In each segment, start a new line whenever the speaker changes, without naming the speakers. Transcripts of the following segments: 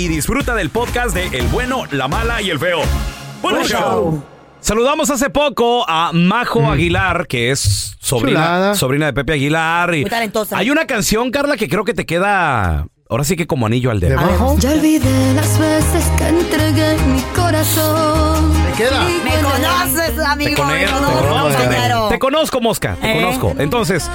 y disfruta del podcast de El bueno, la mala y el feo. Buen
Buen
show.
show.
Saludamos hace poco a Majo Aguilar, que es sobrina,
Chulada.
sobrina de Pepe Aguilar. y
Muy talentosa.
Hay una canción, Carla, que creo que te queda ahora sí que como anillo al dedo.
Debajo.
Ya olvidé las veces que entregué mi corazón.
¿Te queda?
Me conoces, amigo.
Te conozco,
me
te
conoces,
conozco,
compañero.
te conozco, Mosca, te
Eh.
conozco. Entonces,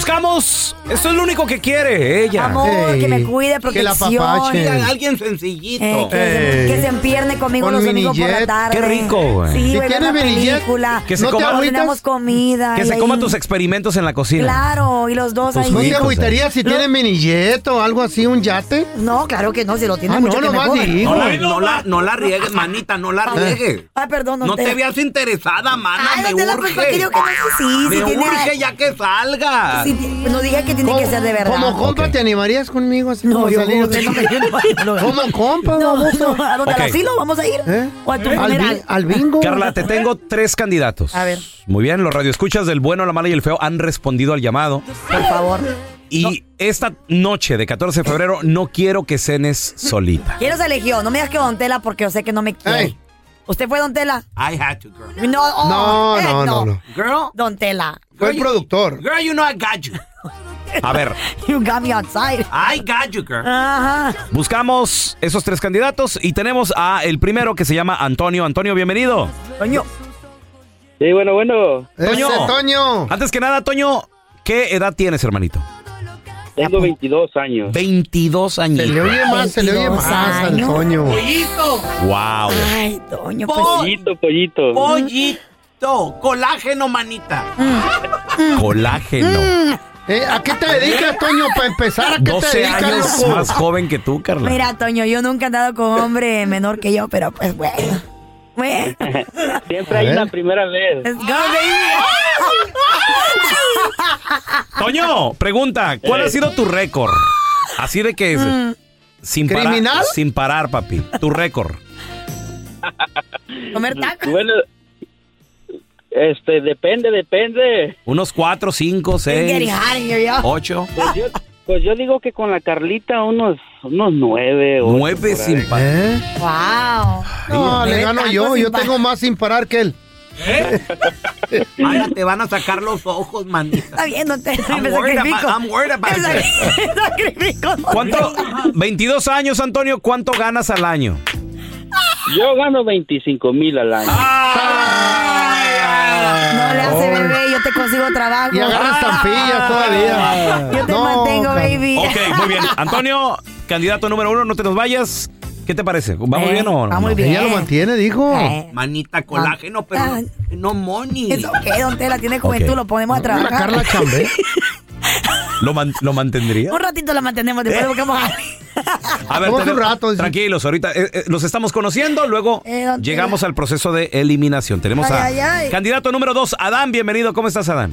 buscamos, esto es lo único que quiere ella.
Amor,
Ey,
que me cuide,
que la
protección.
apapache.
Eh,
Alguien sencillito. Eh,
que, se,
Ey.
que se empierne conmigo
Con
los domingos por la
minijet.
tarde.
Qué rico, güey.
Sí,
Si
güey, ver
quieres
una
minijet,
película.
que se
¿No te
coma-
agüitas?
Tenemos comida.
Que
y
se coma
ahí-
tus experimentos en la cocina.
Claro, y los dos
Tus
ahí.
¿No te
Ricos,
agüitarías si tienen minilleto o algo así, un yate?
No, claro que no, si lo tiene
Ah,
mucho
no,
que
nomás
mejor.
digo.
No, la- no la, no la riegues, manita, no la riegues.
Ay, Ah, perdón,
No te
vi
veas interesada, mana,
Ay,
me
no te la culpa, que
urge.
digo que no sé si, si
Me
tiene-
urge ya que salga.
si ti- no diga que tiene que ser de verdad.
Como compa, ¿te animarías conmigo así?
No,
como
yo
salir?
como que no me- no, no.
¿Cómo compa,
No,
baboso?
no, ¿A dónde
Ok.
al asilo vamos a ir?
¿Eh?
¿O a tu
¿Al, bi-
funeral?
al bingo?
Carla, te tengo tres candidatos.
A ver.
Muy bien, los radioescuchas del bueno, la mala y el feo han respondido al llamado.
Por favor.
Y esta noche de 14 de febrero no quiero que cenes solita.
¿Quién nos eligió? No me digas que Don Tela porque yo sé que no me quiere.
Ey.
¿Usted fue Don Tela?
I had to, girl.
No, oh,
No,
eh,
no, no, no.
Girl,
Don Tela.
Fue el productor.
girl, you know I got you.
A ver,
You got me outside.
I got you, girl.
Ajá.
buscamos esos tres candidatos y tenemos a el primero que se llama Antonio. Antonio, bienvenido.
Toño,
Sí, bueno, bueno.
Toño.
Ese Toño.
Antes que nada, Toño, ¿qué edad tienes, hermanito?
Tengo 22 años.
22
Se le
años.
oye más, se le oye
22
más al
años.
Toño.
Pollito,
Wow.
Ay, Toño, pues.
Voy.
Pollito, pollito.
pollito, colágeno, manita.
Colágeno.
Eh, ¿A qué te dedicas, Toño? Para empezar, ¿a qué te
12
dedicas,
años
loco?
más joven que tú, Carla.
Mira, Toño, yo nunca he andado con hombre menor que yo, pero pues bueno. Bueno,
Siempre
A
hay
ver.
una primera vez.
let's go, baby.
Toño, pregunta, ¿cuál ha sido tu récord? Así de que es
Mm.
sin parar,
¿Criminal?
sin parar, papi. Tu récord.
Comer tacos.
Bueno, este, depende, depende.
Unos cuatro, cinco,
It's getting
seis,
hot in here, yo.
ocho,
Pues yo, pues yo digo que con la Carlita unos, unos nueve o
nueve sin parar.
¿Eh?
Wow.
No, le gano
Tanto
yo.
sin
Yo
pa-
tengo más sin parar que él.
Ahora te van a sacar los ojos, manita.
Está bien, Don Tela.
I'm
me
worried about-
sacrifico.
I'm worried about
Me sac- me sacrifico. Don
¿Cuánto? 22 años, Antonio, ¿cuánto ganas al año?
Yo gano 25 mil al año.
Ah.
No le hace bebé, yo te consigo trabajo.
Y agarras estampillas todavía.
Ah. Yo te
No,
mantengo,
Carla.
baby.
Ok, muy bien. Antonio, candidato número uno, no te nos vayas. ¿Qué te parece? ¿Vamos
Eh,
bien o no?
va muy bien.
Ella lo mantiene, dijo.
Eh,
Manita, colágeno,
Ah,
pero no money.
Es ok, Don Tela, tiene juventud,
Ok.
lo ponemos a
Una
trabajar.
Carla Chambé.
¿Lo, man- lo mantendría?
Un ratito la mantenemos,
Eh.
después buscamos a
A ver,
Vamos
te-
un rato, dice.
tranquilos, ahorita eh, eh, los estamos conociendo, luego
Eh, don
llegamos al proceso de eliminación. Tenemos
Ay,
a
ay, ay.
candidato número dos, Adán, bienvenido. ¿Cómo estás, Adán?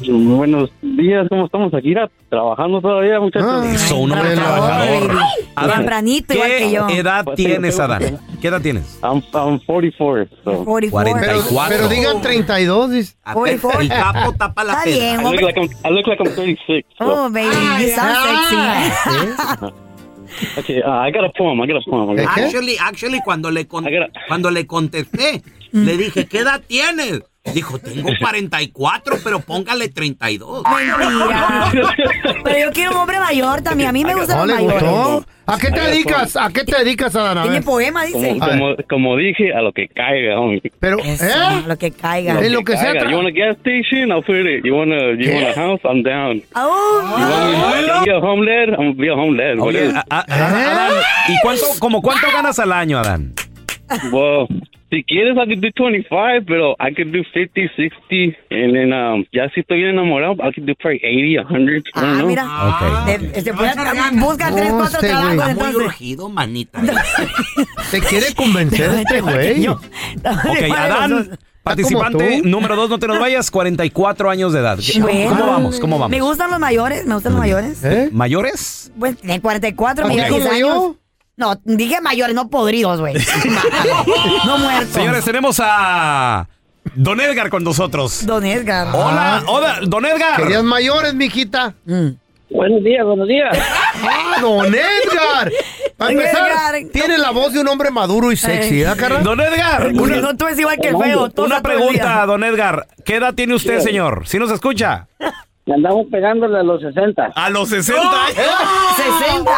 Muy buenos días, ¿cómo estamos aquí? Mira, Trabajando todavía, muchachos.
Ah.
Eso, un hombre trabajador. Adán,
Tempranito, igual
¿qué
que yo.
edad
Pues, tengo-
tienes,
tengo-
Adán? ¿Qué edad tienes?
I'm, I'm 44. so.
Oh,
44.
Pero,
44.
pero digan 32. dice.
Forty four.
El capo tapa la
Está
peda.
bien,
I look
hombre.
like I'm, I look like I'm 36. so.
Oh, baby, you sound sexy.
Okay, uh, I got a poem. I got a poem.
Ah,
I got a
¿Qué?
Actually, actually, cuando le, con-
I gotta-
cuando le contesté,
Mm.
le dije, ¿qué edad tienes? Dijo, tengo 44, pero póngale 32.
Ah, Mentira. Pero yo quiero un hombre mayor también. A mí me gustan
¿No
los
le
mayores.
gustó? ¿A qué te dedicas? ¿A qué te dedicas, Adán? A ver.
Tiene poema,
Como,
dice.
A ver.
como, como dije, a lo que caiga, homie.
Pero,
Eso,
¿eh?
lo que caiga.
En lo que sea.
Caiga. You want a gas station? I'll put it. You want a, you want a house? I'm down.
Oh,
You want me to be a home lad? I'm gonna be a home lad.
Oye,
Whatever.
a- a- Adán, ¿y cuánto, como cuánto ganas al año, Adán?
Well, si quieres, I could do 25, pero I could do 50, 60. And then, um, ya si estoy bien enamorado, I could do probably 80, 100. I
ah,
don't know.
mira.
Ok,
Te- te puede-
Vas a ganar.
busca tres,
No,
cuatro
este güey.
trabajos
Está muy
pues entonces.
urgido, manita.
¿Te quiere convencer este güey?
Ok, Adán, participante
como tú.
número dos, no te nos vayas, 44 años de edad. ¿Qué-
Bueno.
¿Cómo vamos? ¿Cómo
Me
vamos?
gustan los mayores, me gustan los mayores.
¿Eh?
¿Mayores?
Pues tiene 44
¿Así
millones
como
de
yo?
años. No, dije mayores, no podridos, güey. no muertos.
Señores, tenemos a Don Edgar con nosotros.
Don Edgar.
Hola, hola, Don
Querías
Edgar.
mayores, mijita.
Buenos días, buenos días.
¡Ah, don Edgar! Para
Don
empezar,
Edgar.
tiene la voz de un hombre maduro y sexy, ¿eh, carnal?
Don Edgar,
Porque
una,
no tú eres igual que el feo. tú
una
estás todo el
pregunta,
día.
Don Edgar. ¿Qué edad tiene usted, señor? ¿Sí nos escucha?
Le andamos pegándole a los 60.
A los 60 años.
¿Eh?
60.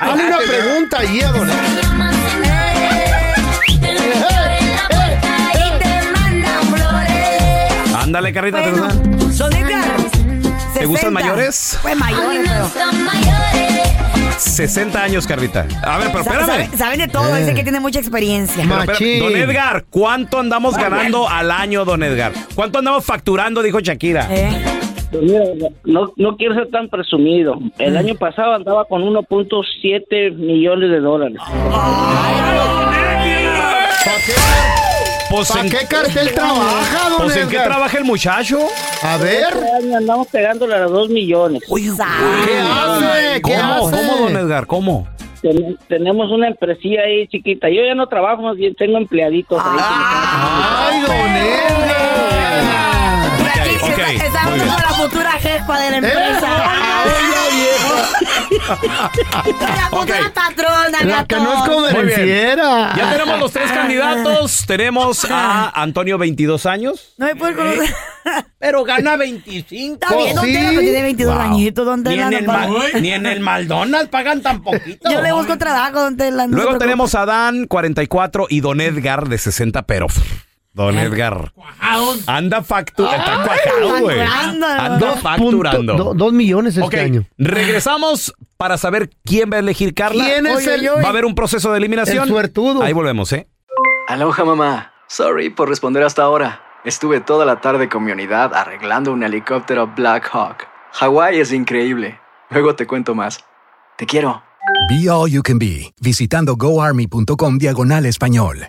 Dale una pregunta allí a don Edgar.
Y te mandan flores.
Ándale, carrita. ¿te
Bueno,
gusta?
Don Edgar.
¿Te
60.
gustan mayores?
Pues mayores, pero.
60 años, Carlita. A ver, pero
Sa-
espérame. Eh.
sabe- Saben de todo, dice que tiene mucha experiencia.
Ma-
Pero,
Machín.
Don Edgar, ¿cuánto andamos ganando al año, don Edgar? ¿Cuánto andamos facturando? Dijo Shakira.
¿Eh?
Pues mira, no, no quiero ser tan presumido. El año pasado andaba con 1.7 millones de dólares.
Pues,
¿Para
en,
qué cartel trabaja, don
pues, ¿en qué
Edgar?
trabaja el muchacho?
a ver,
Este año andamos pegándole a los 2 millones.
Sa-
¿qué hace? ¿Qué
¿Cómo?
hace?
¿Cómo, don Edgar? ¿Cómo?
Ten- tenemos una empresilla ahí chiquita. Yo ya no trabajo, más bien tengo empleaditos. ahí que me pagan.
¡Ay, don Edgar!
Mira, aquí
ok,
se
muy
está- está hablando
bien.
con la futura jefa de la
Eh. Ah,
empresa. La futura
Ok.
patrona,
La que no es
gato.
convenciera.
Ya tenemos los tres candidatos. Tenemos a Antonio, 22 años.
No me puedo conocer.
Pero gana 25.
Está bien, don
Oh, sí.
Tela, pero tiene 22
Wow.
añitos, don
Ni
Tela.
en,
no
el
para-
Ma- ni en el McDonald's pagan tan poquito.
Yo le busco trabajo, don Tela. no
Luego
se preocupe.
tenemos a Dan, 44, y don Edgar, de 60, pero... pff, Don Edgar. Anda facturando. Está cuajado, güey.
facturando,
Anda
¿verdad?
facturando.
Punto- do- dos millones este
Ok,
año.
regresamos para saber quién va a elegir Carla.
¿Quién es
Oye,
el-
Va a haber un proceso de eliminación.
el suertudo?
Ahí volvemos, ¿eh?
Aloha mamá. Sorry por responder hasta ahora. Estuve toda la tarde con mi unidad arreglando un helicóptero Black Hawk. Hawái es increíble. Luego te cuento más. Te quiero.
Be All You Can Be, visitando goarmy.com diagonal español.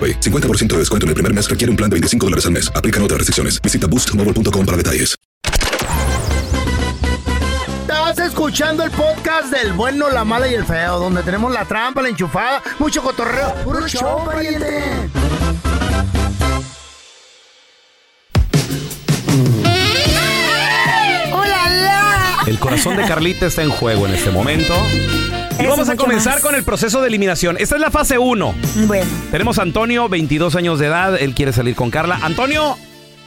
50% de descuento en el primer mes requiere un plan de 25 dólares al mes. Aplican otras restricciones. Visita boostmobile.com para detalles.
Estás escuchando el podcast del bueno, la mala y el feo, donde tenemos la trampa, la enchufada, mucho cotorreo. ¡Puro show, pariente!
¡Hola, la!
El corazón de Carlita está en juego en este momento. Y
Eso,
vamos a
mucho
comenzar
más.
con el proceso de eliminación. Esta es la fase 1.
Bueno,
Tenemos a Antonio, 22 años de edad. Él quiere salir con Carla. Antonio,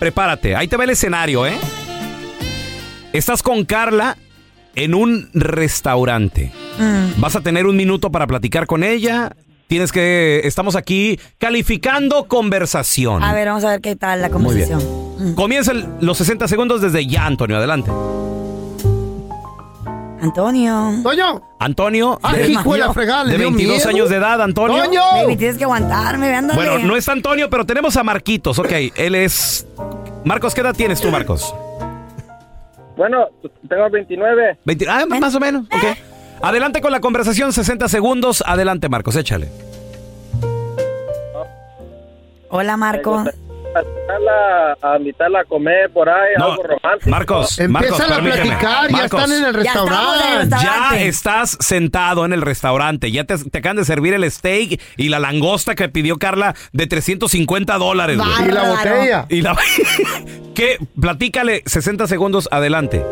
prepárate. Ahí te va el escenario, ¿eh? Estás con Carla en un restaurante.
Mm.
Vas a tener un minuto para platicar con ella. Tienes que. Estamos aquí calificando conversación.
a ver, vamos a ver qué tal la
Muy bien.
conversación.
Comienza el- los 60 segundos desde ya, Antonio. Adelante.
Antonio.
¡Toño!
Antonio,
Ay,
de,
Ah, hijo de la fregada, le
de
dio
22
miedo.
años de edad, Antonio.
Oh.
Baby, tienes que aguantarme, ve, ándale.
Bueno, no es Antonio, pero tenemos a Marquitos. Ok, él es. Marcos, ¿qué edad tienes tú, Marcos?
Bueno, tengo 29.
20 Ah, más o menos. Ok.
Eh.
Adelante con la conversación, 60 segundos. Adelante, Marcos, échale.
Hola, Marco.
Invitarla, a invitarla a comer por ahí,
No,
algo romántico.
Marcos, Marcos, permíteme. Marcos, Ya estás sentado en el restaurante. Ya te, te acaban de servir el steak y la langosta que pidió Carla de 350 dólares. güey.
Y la botella.
Y la... ¿Qué? Platícale 60 segundos adelante.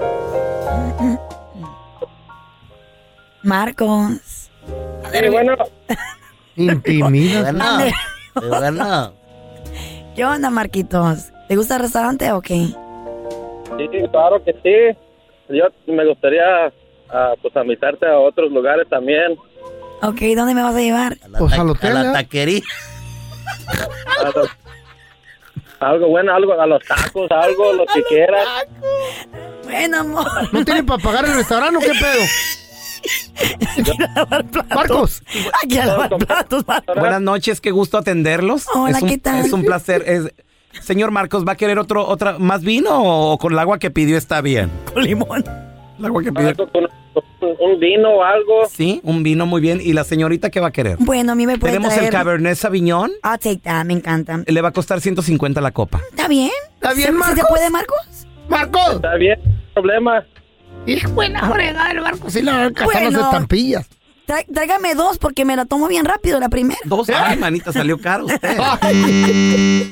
Marcos.
Sí, bueno,
Intimida.
Ande- ¿Qué onda, Marquitos? ¿Te gusta el restaurante o qué?
sí, claro que sí. Yo me gustaría ah, pues invitarte a otros lugares también.
Ok, ¿dónde me vas a llevar?
Pues al hotel.
la taquería. Ah, algo bueno, algo a los tacos, algo, lo que quieras.
Bueno, amor.
¿No tiene para pagar el restaurante o qué pedo? Marcos.
Aquí a lavar platos, Marcos.
Buenas noches, qué gusto atenderlos.
Hola,
es un,
¿qué tal?
Es un placer. Es- Señor Marcos, ¿va a querer otro, otra, más vino o con el agua que pidió está bien? Con limón. El agua que
Ah,
pidió.
Un vino o algo.
Sí, un vino muy bien. ¿Y la señorita qué va a querer?
Bueno, a mí me puede
Tenemos
traer...
el Cabernet Sauvignon.
I'll take that, me encanta.
Le va a costar 150 la copa.
¿Está bien?
¿Está bien,
¿Se-
Marcos?
¿Se te puede, Marcos?
¡Marcos!
Está bien, no hay problema.
Hijo buena fregada el barco. Sí, la van a alcanzar
Bueno.
las estampillas.
Trá- tráigame dos porque me la tomo bien rápido la primera.
Dos. Ay, manita, salió caro usted.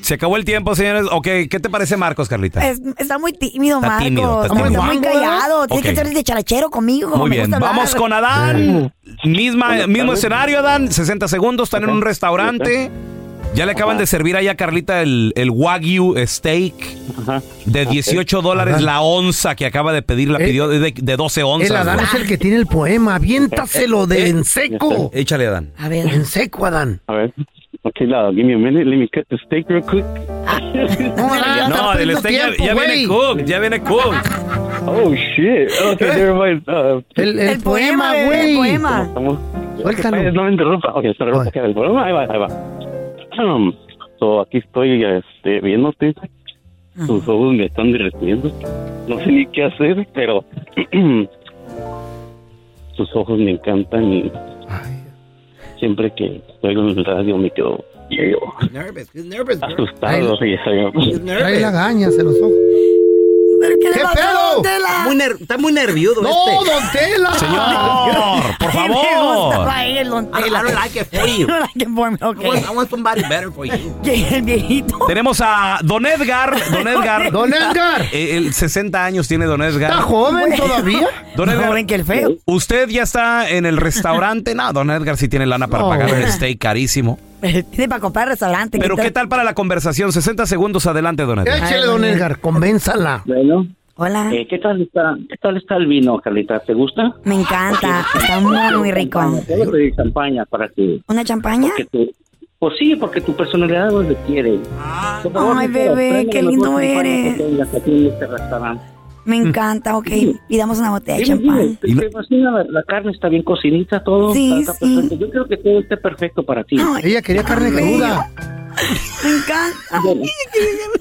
Se acabó el tiempo, señores. Ok, ¿qué te parece Marcos, Carlita?
Es- está muy tímido,
Está
Marcos.
tímido, está
está,
tímido.
muy callado. Tiene
Ok.
que ser de charachero conmigo.
Muy
me
bien,
gusta hablar.
vamos con Adán. Misma, mismo escenario, Adán. 60 segundos, están en un restaurante. Ya le acaban de servir ahí a Carlita el, el Wagyu Steak de 18 dólares
Adán.
la onza que acaba de pedir. La pidió de, de 12 onzas.
El Adán
güey.
es el que tiene el poema. Aviéntaselo de en seco.
Échale, Adán.
A ver.
En seco, Adán.
A ver. Okay, now, give me a minute. Let me cut the steak real quick.
No, Adán,
No, del
está perdiendo
steak ya-
tiempo,
ya, viene
güey.
Cook, ya viene Cook.
Oh, shit. Okay, never mind. Uh,
El, el
El poema,
poema,
bebé, el
güey.
poema.
Estamos-
Suéltalo.
Ay, No me interrumpa. Ok, está interrumpa. Ok, el problema, ahí va, ahí va. Ahem. So, aquí estoy este, viéndote. Tus ojos me están derritiendo. No sé ni qué hacer, pero tus ojos me encantan y siempre que oigo en el radio me quedo yo, asustado. y eso, yo-
Trae lagañas en los ojos.
¿Qué,
le pasó, don
Muy ner- está muy nervioso
¡No,
este.
don Tela!
Señor, por
Ay, Me
favor.
gustaba él, don
I, I
Tela.
don't like it for
I
you.
don't like it for me,
I want, I
ok.
want somebody better for you.
¿Qué, el viejito?
Tenemos a Don Edgar. Don Edgar.
¡Don Edgar!
Eh, el 60 años tiene Don Edgar.
¿Está joven todavía?
Don
No,
Edgar,
ven que el feo.
usted ya está en el restaurante. No, don Edgar sí tiene lana para
No.
pagar el steak carísimo.
Tiene para comprar restaurante.
Pero
tal?
¿qué tal para la conversación? 60 segundos adelante, don Edgar.
Échele, don Edgar, convénzala.
Bueno,
Hola.
eh, ¿qué, tal está, ¿qué tal está el vino, Carlita? ¿Te gusta?
Me encanta. Está muy, muy rico.
Tengo de campaña para que
¿Una champaña?
que tu- pues sí, porque tu personalidad lo requiere. Por favor,
Ay,
Lucero,
bebé,
tráeme
qué
la
lindo
mejor champaña
eres.
que tengas aquí en este restaurante.
Me
Mm.
encanta, ok. Pidamos una botella de
Dime, dime,
champán.
¿te- te fascina la, la carne está bien cocinita, todo.
Sí,
está, está
sí.
perfecto. Yo creo que todo esté perfecto para ti.
Ay,
Ella quería carne
Dios mío.
cruda.
Me encanta.
Bueno,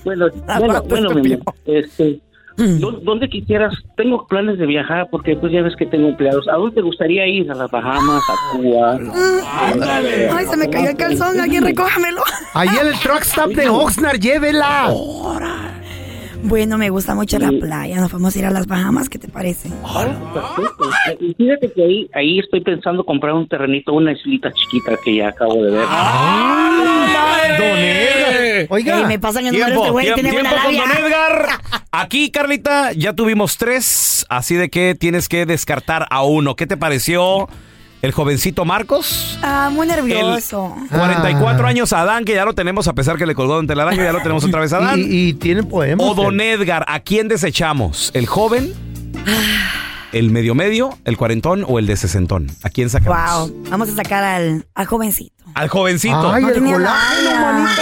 bueno, bueno, bueno, mi amor, este,
Mm.
¿dó- ¿dónde quisieras? Tengo planes de viajar porque pues ya ves que tengo empleados. ¿A dónde te gustaría ir? ¿A las Bahamas? ¿A Cuba?
Ay, se me cayó el calzón. Alguien recójamelo.
Ahí en el truck stop de Oxnard, llévela.
Bueno, me gusta mucho la playa. Nos vamos a ir a las Bahamas. ¿Qué te parece?
Perfecto. Y fíjate que ahí, ahí estoy pensando comprar un terrenito, una islita chiquita que ya acabo de ver.
Don Edgar.
Oiga. Ey, me pasan el número de este güey,
tiempo,
tiene buena
tiempo con Don
labia.
Edgar. Aquí, Carlita, ya tuvimos tres, así de que tienes que descartar a uno. ¿Qué te pareció el jovencito Marcos?
Ah, muy nervioso.
44
Ah.
años Adán, que ya lo tenemos, a pesar que le colgó Don Telaraño, ya lo tenemos otra vez Adán.
Y, y tienen poemas.
O Don Edgar, ¿a quién desechamos? ¿El joven? ¿El medio medio? ¿El cuarentón o el de sesentón? ¿A quién sacamos?
Wow. Vamos a sacar al, al jovencito.
Al jovencito.
Ay,
No
el
tenía labia.
Nada-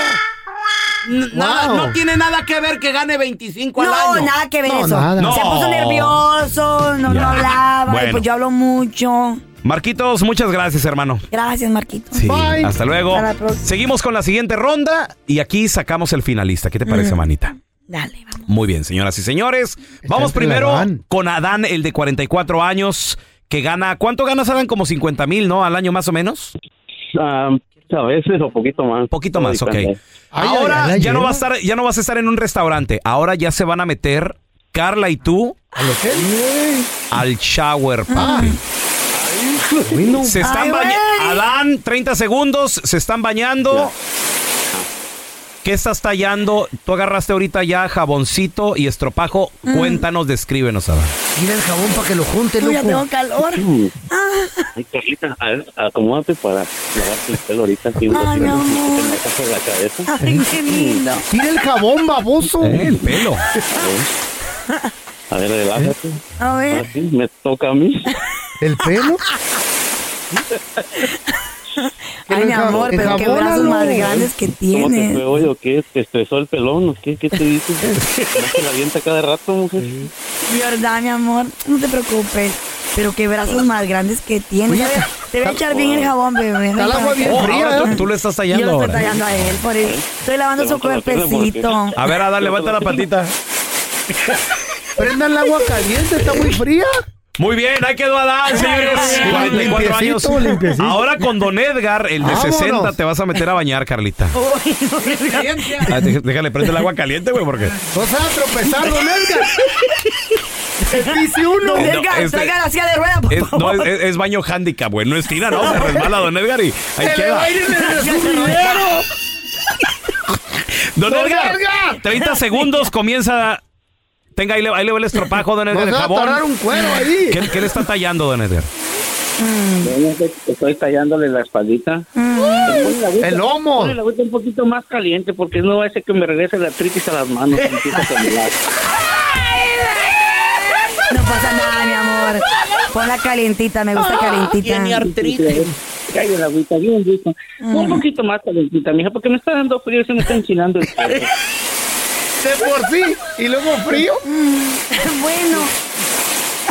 Wow.
No tiene nada que ver que gane 25 al
No,
año.
nada que ver eso.
nada.
Se
No.
puso nervioso, no,
Ya.
no hablaba,
Bueno.
y pues yo hablo mucho.
Marquitos, muchas gracias, hermano.
Gracias, Marquito.
Bye. Hasta luego.
Hasta la próxima.
Seguimos con la siguiente ronda y aquí sacamos el finalista. ¿Qué te parece,
Ujú.
manita?
Dale, vamos.
Muy bien, señoras y señores. Vamos
entre
primero
Adán.
con Adán, el de 44 años, que gana. ¿Cuánto ganas, Adán? Como 50 mil, ¿no? Al año más o menos.
Ah, a veces o poquito más. Poquito
más, ok. Ahora ya
¿eh?
no va a estar, ya no vas a estar en un restaurante. Ahora ya se van a meter Carla y tú
¿Al hotel?
al shower, papi. Se están
Ay,
bañando. Adán, 30 segundos. Se están bañando. ¿Qué estás tallando? Tú agarraste ahorita ya jaboncito y estropajo. Cuéntanos, descríbenos, Adán.
Mira el jabón para que lo junte,
Uy,
loco.
ya tengo calor. Ah.
Ay, Carlita, a ver, acomódate para lavarte el pelo ahorita. Así,
Ay, mi amor.
en la cabeza.
Ay, qué lindo.
Mira el jabón, baboso.
el pelo.
A ver, relájate.
A ver.
Así, me toca a mí.
¿El pelo?
Ay, mi amor, pero qué brazos más Ah, grandes que
¿Cómo te
tienes.
fue hoy o qué? ¿Te estresó el pelón o qué? ¿Qué te dices? ¿No te la avienta cada rato, mujer?
De verdad, mi amor, no te preocupes. Pero qué brazos más grandes que tienes. Te voy a- Te voy a echar bien el jabón, bebé. Ven para acá.
Oh, ahora tú, tú le estás
¿eh? Yo
tallando
lo estoy
ahora.
tallando a él, por él. Estoy lavando su
Levanta la pierna,
cuerpecito.
A ver, Adán, levanta la patita.
Prenda el agua caliente, está muy fría.
Muy bien, ahí quedó Adán, señores. 44 años.
Limpiecito, limpiecito.
Ahora con Don Edgar, el de
Vámonos.
60, te vas a meter a bañar, Carlita. Ah, dej- déjale, prende el agua caliente, güey, porque.
No se va a tropezar, don Edgar. El piso uno.
Don
No,
Edgar,
este-
traiga la silla de rueda, por
Es, no,
favor.
es, es- es baño handicap, güey. No es tira, no. Se resbala Don Edgar y ahí
Se le va
queda.
a ir en el resumidero.
Don
¡Don
Edgar,
Edgar!
30 segundos, comienza. Tenga, ahí le, ahí le va el estropajo, Don Edgar.
Nos
el
va a
jabón.
atorar un cuero ahí.
¿Qué, qué le está tallando, Don Edgar?
pues, Estoy tallándole la espaldita.
Mm.
Ponle la agüita-
El lomo.
ponle la agüita un poquito más caliente porque no va a ser que me regrese la artritis a las manos. y empiece a temblar.
No pasa nada, mi amor. Ponla calientita, me gusta calientita.
Cae la agüita bien rico. Un poquito más calentita, mija, porque me está dando frío y se me está enchinando el cuerpo.
De por sí. Y luego frío.
Mm, bueno.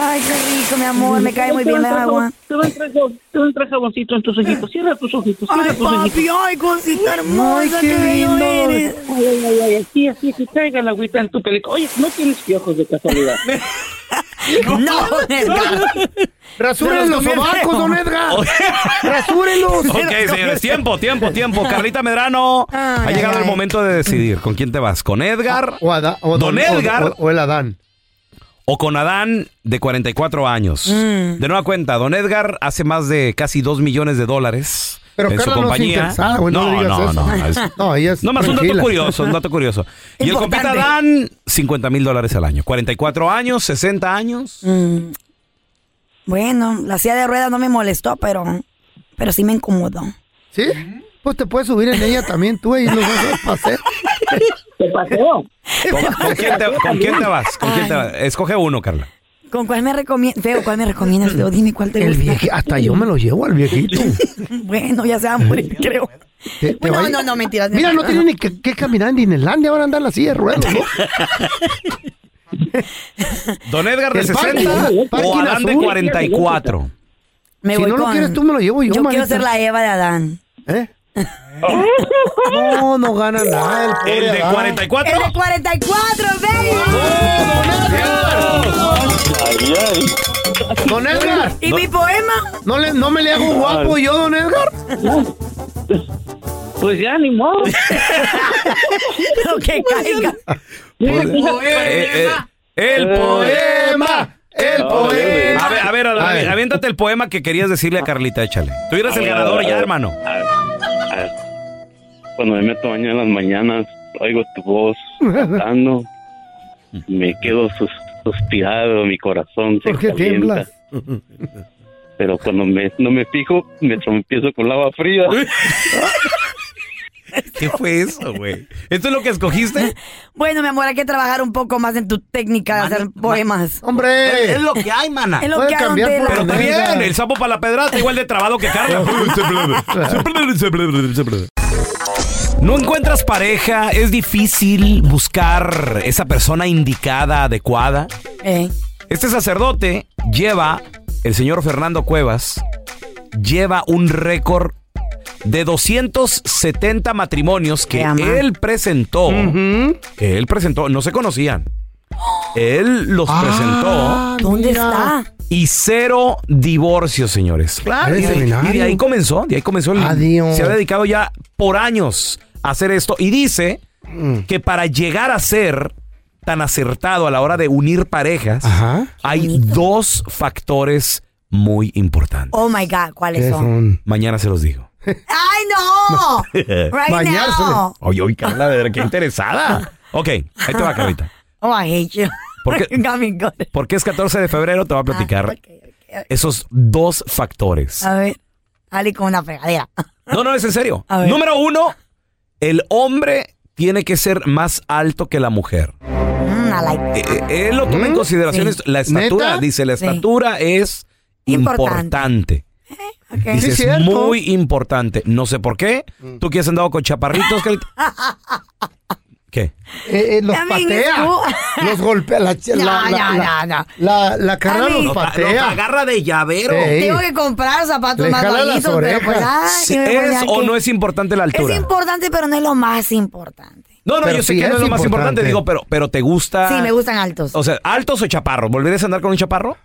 Ay, qué rico, mi amor. Pues Me cae muy bien el agua.
Te van a entrar jabón- te van a entrar jaboncito en tus ojitos. Cierra tus ojitos, cierra
Ay,
tus
papi,
ojitos.
ay, cosita
Ay,
hermosa,
qué
qué bello
lindo.
eres.
Ay, ay, ay, ay, así, así, que caiga la agüita en tu pelito. Oye, no tienes piojos de casualidad.
No, Don Edgar.
Rasúren los sobacos, don Edgar. Rasúrenlos.
Ok, señores, tiempo, tiempo, tiempo. Carlita Medrano, ha
ay,
llegado el
ay. Ah,
momento de decidir con quién te vas, con Edgar,
O, Ada- o
Don Edgar.
O, o el Adán.
o con Adán de 44 años.
Mm.
De nueva cuenta, don Edgar hace más de casi 2 millones de dólares
Pero
en
Carla
su
no es
compañía.
interesada, güey. No, le digas
no,
eso.
no, no, es-
No, ella es
Nomás un dato
tranquila.
curioso, un dato curioso. Y el compita
Importante.
Adán, 50 mil dólares al año. 44 años, 60 años.
Mm, Bueno, la silla de ruedas no me molestó, pero, pero sí me incomodó.
¿Sí? Pues te puedes subir en ella también tú ahí los vas a hacer.
¿Te pasó?
¿Con, con quién, te, con quién te vas? ¿Con quién te vas? Escoge uno, Carla.
¿Con cuál me recomiendas? Feo, ¿cuál me recomiendas? Feo, dime cuál te
El
gusta.
vieje, hasta yo me lo llevo al viejito.
Bueno, ya se va a morir, creo.
Te- te va
No,
a-
no, no, mentiras.
Mira, no tiene ni que, que caminar en Disneylandia, van a andar en la silla de ruedas, ¿no?
Don Edgar de
El parking,
60
el
o
parking
Adán de
azul.
44.
Me
si
voy
no lo
con-
quieres tú, me lo llevo yo,
Yo
manita.
quiero ser la Eva de Adán.
¿Eh? No, no gana nada. El, pobre
El de
Adán.
44.
¡El de 44, baby!
Don Edgar,
¿Y mi poema?
no, le, no me le hago guapo yo, don Edgar.
Pues ya, ni modo.
Lo que caiga.
El poema. El poema. El poema. A ver, a ver, Adán, aviéntate el poema que querías decirle a Carlita, échale. Tú eres el ganador ya, hermano.
A ver, a ver. Cuando me meto baño en las mañanas,
oigo tu voz cantando, me quedo sus- suspirado, mi corazón se
¿Por qué
calienta.
tiemblas?
Pero cuando me, no me fijo, me trompiezo con lava fría.
¿Qué fue eso, güey? ¿Esto es lo que escogiste?
Bueno, mi amor, hay que trabajar un poco más en tu técnica de hacer poemas.
¡Hombre!
Es- es lo que hay, mana.
Es lo
Puede
que hay, don
cambiar por
Tela.
Pero está bien, el sapo para la pedrada, igual de trabado que Carla. No encuentras pareja, es difícil buscar esa persona indicada, adecuada.
Eh,
Este sacerdote lleva, el señor Fernando Cuevas, lleva un récord de 270 matrimonios que él presentó. Que él presentó, no se conocían. Él los
Ah,
presentó.
¿Dónde está?
Y cero divorcios, señores.
Claro.
Y de,
Seminario.
y de ahí comenzó, de ahí comenzó el.
Adiós.
Se ha dedicado ya por años a hacer esto. Y dice
Mm.
que para llegar a ser tan acertado a la hora de unir parejas, hay dos factores muy importantes.
Oh my God, ¿cuáles son?
Mañana se los digo.
¡Ay, no! Right now.
Oye, oye, Carla, de verdad, qué interesada. Ok, ahí te va, Carlita.
Oh, I hate you.
¿Por qué?
Got me good.
Porque es 14 de febrero, te voy a platicar esos dos factores.
Ah, A ver, Ali con una fregadera.
No, no, es en serio.
A ver.
Número uno, el hombre tiene que ser más alto que la mujer.
Mm, I like
Eh, eh, él lo toma en
Mm,
consideración.
sí.
es- La estatura,
¿Neta?
dice, la
Sí.
estatura es importante.
Importante. okay.
Dice, es, muy importante. No sé por qué.
Mm.
¿Tú quieres andado con chaparritos? que- ¿Qué?
Eh, eh, los
Ya me
patea.
ingresó.
Los golpea. La, ch-
No,
la, la,
no,
la,
no, no.
la- la Carla
A mí-
los patea.
Los agarra de llavero.
Ey.
Tengo que comprar zapatos
Le
más
jala las
bajitos, pero pues,
orejas.
ay,
Sí,
yo me voy
¿Es
a
o
que-
no es importante la altura?
Es importante, pero no es lo más importante.
no, no,
Pero
yo sé
sí
que no
es
es lo más importante.
importante.
Digo, pero, pero te gusta.
Sí, me gustan altos.
O sea, ¿altos o chaparros? ¿Volverías a andar con un chaparro?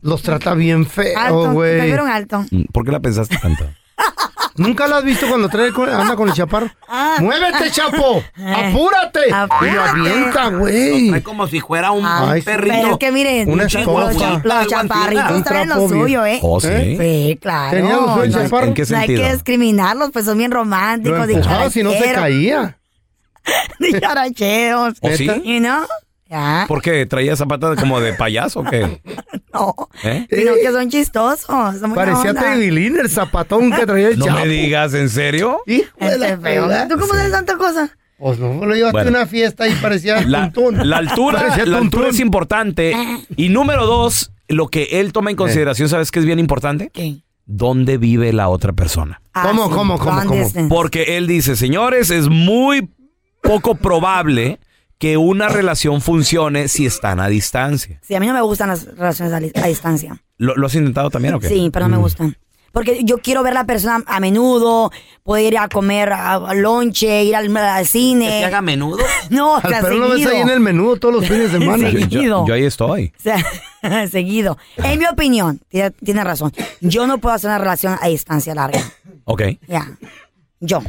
Los trata bien feo,
Alto,
oh, güey.
prefiero un alto.
Mm, ¿Por qué la pensaste tanto?
Nunca la has visto cuando trae con- anda con el chaparro.
Ah.
¡Muévete, chapo!
Eh.
¡Apúrate! Y lo avienta, güey.
Es como si fuera un
Ay, sí.
perrito.
Pero es que miren,
Una
los,
escoba.
cha- los
Algo
chaparritos
antiguo.
traen lo
Un trapo
suyo,
bien.
¿eh?
Oh, sí.
Sí, claro.
Tenía lo suyo el
No hay-
chaparro.
¿En qué
No hay
sentido?
que discriminarlos, pues son bien
Lo
románticos. y
empujaba si no se caía.
Ni characheros.
¿O ¿Oh, sí?
¿Y no? Ya.
¿Por qué? ¿Traía zapatas como de payaso o qué?
No.
¿Eh?
Sino que son chistosos. son buena
Parecía
onda.
Tevilín el zapatón que traía el
No
chapo.
me digas, ¿en serio?
Hijo de
Este
la
feo.
fregada.
¿Tú cómo sabes tanta cosa?
Pues no, lo llevaste
Bueno.
a una fiesta y parecía
La,
tuntún.
la altura,
Parecía
la altura
tuntún.
es importante. Y número dos, lo que él
Eh.
toma en consideración, ¿sabes qué es bien importante?
¿Qué?
¿Dónde vive la otra persona?
Ah,
¿Cómo,
sí,
cómo, cómo,
long
cómo?
distance.
Porque él dice, señores, es muy poco probable que una relación funcione si están a distancia.
Sí, a mí no me gustan las relaciones a, li- a distancia.
¿Lo, lo has intentado también o qué?
Sí, pero no me gustan. Porque yo quiero ver a la persona a menudo, poder ir a comer a, a lonche, ir al, al
Que se
cine.
haga a menudo.
No, o
Al
sea,
perro lo Ah, ves
seguido.
ahí en el menú todos los fines de semana.
Sí.
Yo- yo- yo ahí estoy.
O sea, seguido. En mi opinión, tiene, tiene razón. Yo no puedo hacer una relación a distancia larga.
Ok.
Ya. Yo.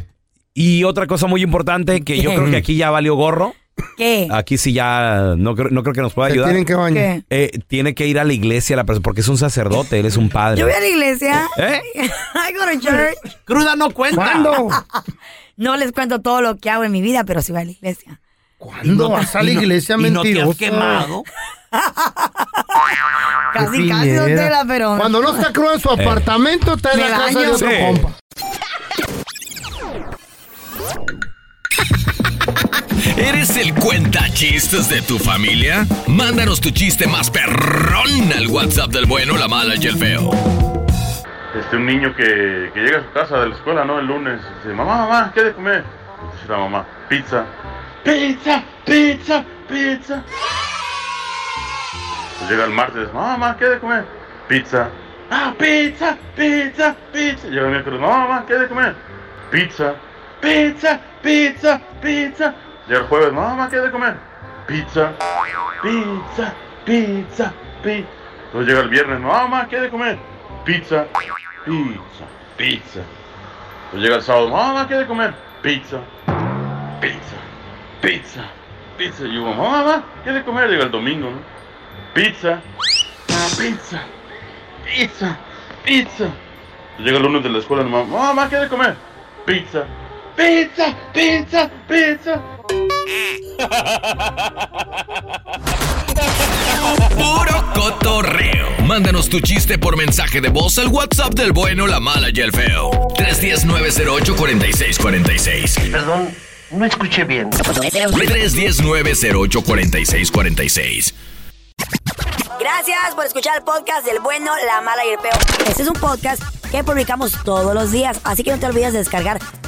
Y otra cosa muy importante que yo creo que aquí ya valió gorro.
¿Qué?
Aquí sí ya no creo, no creo que nos pueda
Se
ayudar.
tienen que bañar.
¿Qué?
Eh, tiene que ir a la iglesia la persona, porque es un sacerdote, él es un padre.
Yo voy a la iglesia.
¿Eh?
I go to church.
Cruda no cuenta.
¿Cuándo?
No les cuento todo lo que hago en mi vida, pero sí voy a la iglesia.
¿Cuándo vas a la
Y no-
iglesia
y no te has
mentiroso?
quemado.
Casi, casi, don
Piñera.
Tela, pero.
Cuando no está crudo en su apartamento, está en
Me
la casa de
baño.
otro
Sí.
compa.
¿Eres el cuenta chistes de tu familia? Mándanos tu chiste más perrón al WhatsApp del bueno, la mala y el feo.
este, un niño que, que llega a su casa de la escuela, ¿no? El lunes, dice, mamá, mamá, ¿qué hay de comer? Dice la mamá, pizza. Pizza, pizza, pizza. Pues llega el martes, mamá, mamá, ¿qué hay de comer? Pizza. Ah, pizza, pizza, pizza. Llega el miércoles, mamá, mamá, ¿qué hay de comer? Pizza. Pizza, pizza, pizza. Llega el jueves, mamá, mamá, ¿qué hay de comer? Pizza. Pizza, pizza, pizza. Entonces llega el viernes, mamá, mamá, ¿qué hay de comer? Pizza, pizza, pizza. Entonces llega el sábado, mamá, mamá, ¿qué hay de comer? Pizza, pizza, pizza, pizza. Y yo, mamá, mamá, ¿qué hay de comer? Llega el domingo, ¿no? Pizza, pizza, pizza, pizza. Llega el Ah, lunes de la escuela, mamá, mamá, ¿qué hay de comer? Pizza, pizza, pizza, pizza.
Puro cotorreo. Mándanos tu chiste por mensaje de voz al WhatsApp del bueno, la mala y el feo. 319-08-4646.
Perdón, no escuché bien.
319-08-4646.
Gracias por escuchar el podcast del bueno, la mala y el peor. Este es un podcast que publicamos todos los días, así que no te olvides de descargar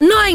No hay